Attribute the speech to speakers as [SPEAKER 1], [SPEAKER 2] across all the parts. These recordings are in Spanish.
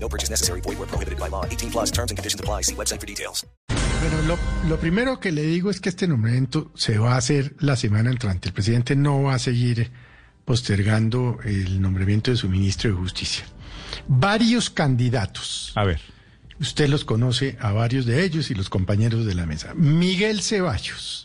[SPEAKER 1] No purchase necessary. Void where prohibited by law. 18 plus terms and conditions apply. See website for details.
[SPEAKER 2] Bueno, lo, lo primero que le digo es que este nombramiento se va a hacer la semana entrante. El presidente no va a seguir postergando el nombramiento de su ministro de Justicia. Varios candidatos.
[SPEAKER 3] A ver.
[SPEAKER 2] Usted los conoce a varios de ellos y los compañeros de la mesa. Miguel Ceballos.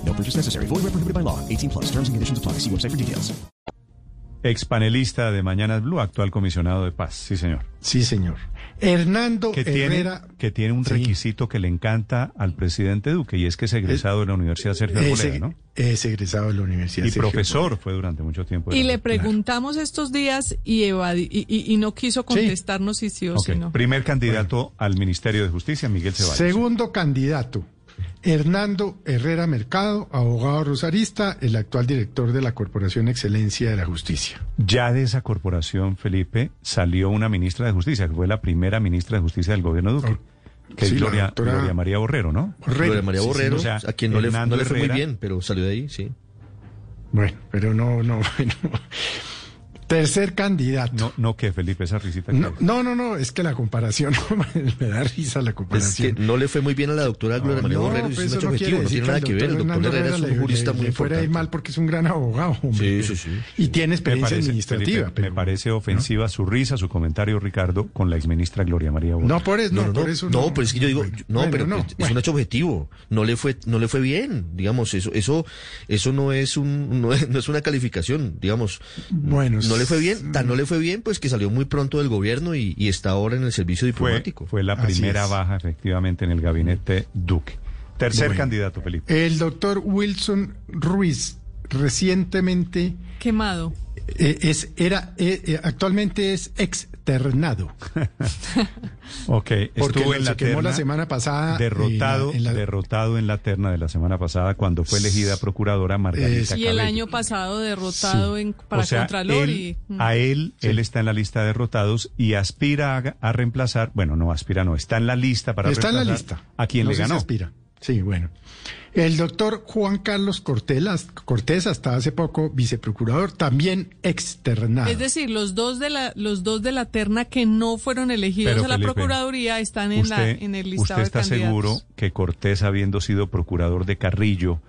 [SPEAKER 4] No purchase necessary. Void where prohibited by law. 18 plus. Terms and conditions apply. See website for details.
[SPEAKER 3] Ex panelista de Mañanas Blue, actual comisionado de paz. Sí, señor.
[SPEAKER 2] Sí, señor. Hernando
[SPEAKER 3] Que tiene,
[SPEAKER 2] Herrera.
[SPEAKER 3] que tiene un
[SPEAKER 2] Sí.
[SPEAKER 3] requisito que le encanta al presidente Duque y es que es egresado de la Universidad Sergio Arboleda,
[SPEAKER 2] Es,
[SPEAKER 3] ¿no?
[SPEAKER 2] es egresado de la Universidad.
[SPEAKER 3] Y
[SPEAKER 2] Sergio
[SPEAKER 3] profesor fue durante mucho tiempo. de
[SPEAKER 5] Y
[SPEAKER 3] la-
[SPEAKER 5] le preguntamos estos días y, evadi- y, y- y no quiso contestarnos si sí o
[SPEAKER 3] Ok,
[SPEAKER 5] si no.
[SPEAKER 3] Primer candidato al Ministerio de Justicia, Miguel Ceballos.
[SPEAKER 2] Segundo candidato, Hernando Herrera Mercado, abogado rosarista, el actual director de la Corporación Excelencia de la Justicia.
[SPEAKER 3] Ya de esa corporación, Felipe, salió una ministra de Justicia, que fue la primera ministra de Justicia del gobierno Duque, que
[SPEAKER 2] Sí,
[SPEAKER 3] es
[SPEAKER 2] la
[SPEAKER 3] Gloria,
[SPEAKER 2] doctora-
[SPEAKER 3] Gloria María Borrero, ¿no?
[SPEAKER 2] Borrero.
[SPEAKER 6] Gloria María
[SPEAKER 2] Sí, sí,
[SPEAKER 6] Borrero,
[SPEAKER 3] o sea,
[SPEAKER 6] a quien no le, no
[SPEAKER 3] Hernando
[SPEAKER 6] le fue muy
[SPEAKER 3] Herrera.
[SPEAKER 6] bien, pero salió de ahí, sí.
[SPEAKER 2] Bueno, pero no, no, bueno. Tercer candidato.
[SPEAKER 3] No, no que Felipe, esa risita. que-
[SPEAKER 2] No, no, no, no, es que la comparación me da risa la
[SPEAKER 6] Es que
[SPEAKER 2] comparación.
[SPEAKER 6] no le fue muy bien a la doctora Gloria María Borrero, y
[SPEAKER 2] pues
[SPEAKER 6] eso es un
[SPEAKER 2] eso
[SPEAKER 6] hecho
[SPEAKER 2] no quiere
[SPEAKER 6] objetivo, no
[SPEAKER 2] decir
[SPEAKER 6] tiene nada que
[SPEAKER 2] al
[SPEAKER 6] ver. El
[SPEAKER 2] doctor
[SPEAKER 6] doctor
[SPEAKER 2] Hernando
[SPEAKER 6] Herrera es
[SPEAKER 2] le-
[SPEAKER 6] un jurista
[SPEAKER 2] le-
[SPEAKER 6] muy
[SPEAKER 2] le fuera a ir
[SPEAKER 6] importante.
[SPEAKER 2] mal porque es un gran abogado, hombre.
[SPEAKER 6] Sí, sí, sí.
[SPEAKER 2] Y tiene
[SPEAKER 3] Me
[SPEAKER 2] experiencia
[SPEAKER 3] parece,
[SPEAKER 2] administrativa.
[SPEAKER 3] Felipe,
[SPEAKER 2] pero,
[SPEAKER 3] me parece ofensiva su risa, su comentario, Ricardo, con la exministra Gloria María Borrero.
[SPEAKER 2] No, por eso, pues, no,
[SPEAKER 6] No, no,
[SPEAKER 2] por
[SPEAKER 6] no,
[SPEAKER 2] eso
[SPEAKER 6] no, pero es que yo digo,
[SPEAKER 2] Bueno,
[SPEAKER 6] no,
[SPEAKER 2] bueno,
[SPEAKER 6] pero pues,
[SPEAKER 2] no,
[SPEAKER 6] es- es
[SPEAKER 2] bueno.
[SPEAKER 6] un hecho objetivo. No le fue, no le fue bien, digamos, eso, eso, eso no es un, no es, no es una calificación, digamos.
[SPEAKER 2] Bueno,
[SPEAKER 6] No le fue bien, tan no le fue bien, pues que salió muy pronto del gobierno y, y está ahora en el servicio
[SPEAKER 3] fue,
[SPEAKER 6] diplomático.
[SPEAKER 3] fue la
[SPEAKER 2] Así
[SPEAKER 3] primera
[SPEAKER 2] es.
[SPEAKER 3] baja, efectivamente, en el gabinete Duque. Tercer
[SPEAKER 2] Bueno.
[SPEAKER 3] candidato, Felipe.
[SPEAKER 2] El doctor Wilson Ruiz recientemente
[SPEAKER 5] Quemado.
[SPEAKER 2] eh, es era eh, eh, actualmente es externado
[SPEAKER 3] Ok,
[SPEAKER 2] porque
[SPEAKER 3] estuvo
[SPEAKER 2] lo-
[SPEAKER 3] en
[SPEAKER 2] se
[SPEAKER 3] la
[SPEAKER 2] quemó
[SPEAKER 3] terna,
[SPEAKER 2] la semana pasada eh, en
[SPEAKER 3] derrotado,
[SPEAKER 2] la- en la-
[SPEAKER 3] derrotado en la terna de la semana pasada cuando fue elegida procuradora Margarita
[SPEAKER 2] Es-
[SPEAKER 5] Y el
[SPEAKER 3] Cabello.
[SPEAKER 5] año pasado derrotado en, para
[SPEAKER 3] o sea,
[SPEAKER 5] Contralor
[SPEAKER 3] él-
[SPEAKER 5] y... mm.
[SPEAKER 3] a él, él está en la lista de derrotados y aspira a, a reemplazar, bueno, no aspira, no, está en la lista para
[SPEAKER 2] está en la
[SPEAKER 3] reemplazar
[SPEAKER 2] lista
[SPEAKER 3] a quien
[SPEAKER 2] No
[SPEAKER 3] le
[SPEAKER 2] sé si
[SPEAKER 3] ganó.
[SPEAKER 2] aspira. sí bueno el doctor Juan Carlos Cortelas, Cortés hasta hace poco viceprocurador también externado
[SPEAKER 5] Es decir, los dos de la los dos de la terna que no fueron elegidos
[SPEAKER 3] Pero,
[SPEAKER 5] a la
[SPEAKER 3] Felipe,
[SPEAKER 5] procuraduría están en la
[SPEAKER 3] Usted,
[SPEAKER 5] en el
[SPEAKER 3] usted
[SPEAKER 5] listado
[SPEAKER 3] está
[SPEAKER 5] de candidatos.
[SPEAKER 3] seguro que Cortés, habiendo sido procurador de Carrillo,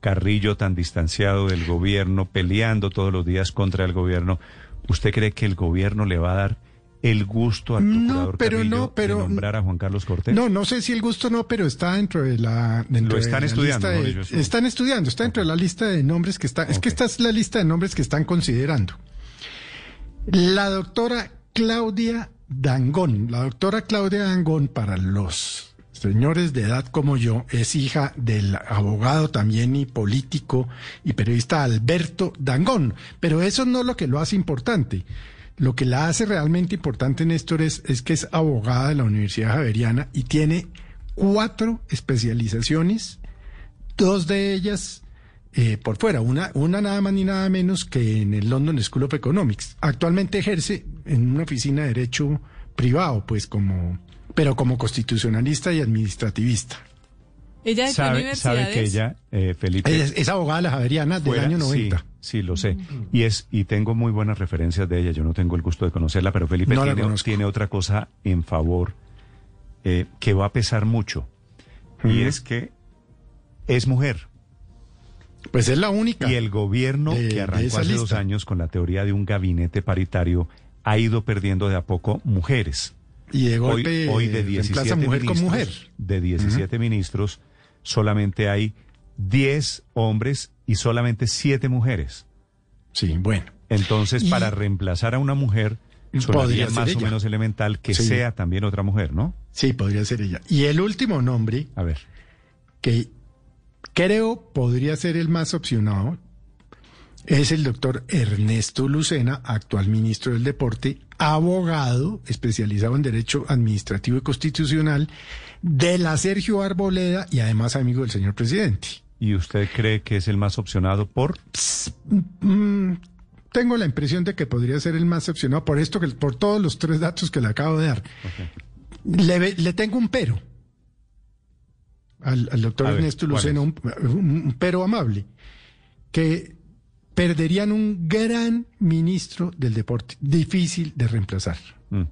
[SPEAKER 3] Carrillo tan distanciado del gobierno, peleando todos los días contra el gobierno, ¿usted cree que el gobierno le va a dar el gusto al
[SPEAKER 2] No,
[SPEAKER 3] procurador
[SPEAKER 2] pero
[SPEAKER 3] Carrillo
[SPEAKER 2] no, pero-
[SPEAKER 3] de nombrar a Juan Carlos Cortés?
[SPEAKER 2] No, no sé si el gusto no, pero está dentro de la. dentro
[SPEAKER 3] Lo
[SPEAKER 2] de
[SPEAKER 3] están
[SPEAKER 2] la
[SPEAKER 3] estudiando,
[SPEAKER 2] lista de-
[SPEAKER 3] mejor dicho, eso.
[SPEAKER 2] están estudiando, está dentro de la lista de nombres que está. Es que
[SPEAKER 3] Ok.
[SPEAKER 2] esta es la lista de nombres que están considerando. La doctora Claudia Dangón. La doctora Claudia Dangón, para los señores de edad como yo, es hija del abogado también y político y periodista Alberto Dangón. Pero eso no es lo que lo hace importante. Lo que la hace realmente importante, Néstor, es, es que es abogada de la Universidad Javeriana y tiene cuatro especializaciones, dos de ellas eh, por fuera, una, una nada más ni nada menos que en el London School of Economics. Actualmente ejerce en una oficina de derecho privado, pues como, pero como constitucionalista y administrativista.
[SPEAKER 5] Ella de qué
[SPEAKER 3] sabe,
[SPEAKER 5] universidad
[SPEAKER 3] sabe que
[SPEAKER 5] es?
[SPEAKER 3] ella, eh, Felipe,
[SPEAKER 2] Es, es abogada de la Javeriana del
[SPEAKER 3] fuera-
[SPEAKER 2] año
[SPEAKER 3] sí,
[SPEAKER 2] 90.
[SPEAKER 3] Sí, lo sé. Y es y tengo muy buenas referencias de ella. Yo no tengo el gusto de conocerla, pero Felipe
[SPEAKER 2] No la
[SPEAKER 3] tiene,
[SPEAKER 2] conozco.
[SPEAKER 3] tiene otra cosa en favor eh, que va a pesar mucho. Y
[SPEAKER 2] Ujú.
[SPEAKER 3] es que es mujer.
[SPEAKER 2] Pues es la única.
[SPEAKER 3] Y el gobierno
[SPEAKER 2] De- de
[SPEAKER 3] que arrancó
[SPEAKER 2] esa
[SPEAKER 3] hace dos
[SPEAKER 2] lista.
[SPEAKER 3] años con la teoría de un gabinete paritario ha ido perdiendo de a poco mujeres.
[SPEAKER 2] Y de
[SPEAKER 3] Hoy,
[SPEAKER 2] golpe
[SPEAKER 3] hoy de
[SPEAKER 2] eh, reemplaza
[SPEAKER 3] 17
[SPEAKER 2] mujer
[SPEAKER 3] ministros,
[SPEAKER 2] con mujer.
[SPEAKER 3] de 17 ministros solamente hay 10 hombres y solamente 7 mujeres.
[SPEAKER 2] Sí, bueno.
[SPEAKER 3] Entonces, y... para reemplazar a una mujer, podría más ella. o menos elemental que sí. sea también otra mujer, ¿no?
[SPEAKER 2] Sí, podría ser ella. Y el último nombre,
[SPEAKER 3] a ver,
[SPEAKER 2] que creo podría ser el más opcionado, es el doctor Ernesto Lucena, actual ministro del Deporte, abogado especializado en Derecho Administrativo y Constitucional de la Sergio Arboleda y además amigo del señor presidente.
[SPEAKER 3] ¿Y usted cree que es el más opcionado por?
[SPEAKER 2] Pss, mm, tengo la impresión de que podría ser el más opcionado por esto, que, por todos los tres datos que le acabo de dar. Okay. Le, le, tengo un pero al, al doctor A Ernesto ver, Lucena, un, un, pero amable, que perderían un gran ministro del deporte, difícil de reemplazar. Mm.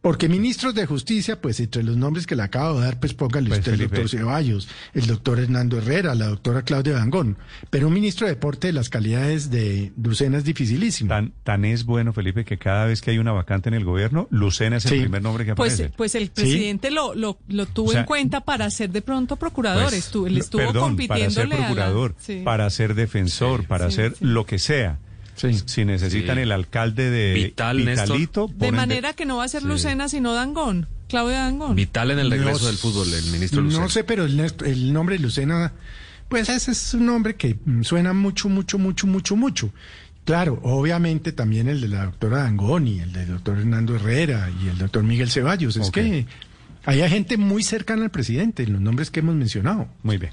[SPEAKER 2] Porque ministros de justicia, pues entre los nombres que le acabo de dar, pues póngale pues usted Felipe. el doctor Ceballos, el doctor Hernando Herrera, la doctora Claudia Dangón. Pero un ministro de deporte de las calidades de Lucena es dificilísimo.
[SPEAKER 3] Tan, tan es bueno, Felipe, que cada vez que hay una vacante en el gobierno, Lucena es el sí. primer nombre que aparece.
[SPEAKER 5] Pues, pues el presidente ¿Sí? lo, lo, lo, tuvo o sea, en cuenta para ser de pronto procurador. Pues, estuvo, él estuvo
[SPEAKER 3] perdón,
[SPEAKER 5] compitiéndole
[SPEAKER 3] Para ser procurador, la... sí. para ser defensor, para ser lo que sea. Sí. Si necesitan sí. el alcalde de
[SPEAKER 7] Vital, Vitalito,
[SPEAKER 5] de manera de... que no va a ser Lucena, sí. sino Dangón. Claudia Dangón.
[SPEAKER 7] Vital en el regreso no, del fútbol, el ministro Lucena.
[SPEAKER 2] No sé, pero el, el nombre de Lucena, pues ese es un nombre que suena mucho, mucho, mucho, mucho, mucho. Claro, obviamente también el de la doctora Dangoni, el del doctor Hernando Herrera y el doctor Miguel Ceballos. Es okay. que hay gente muy cercana al presidente en los nombres que hemos mencionado.
[SPEAKER 3] Muy bien.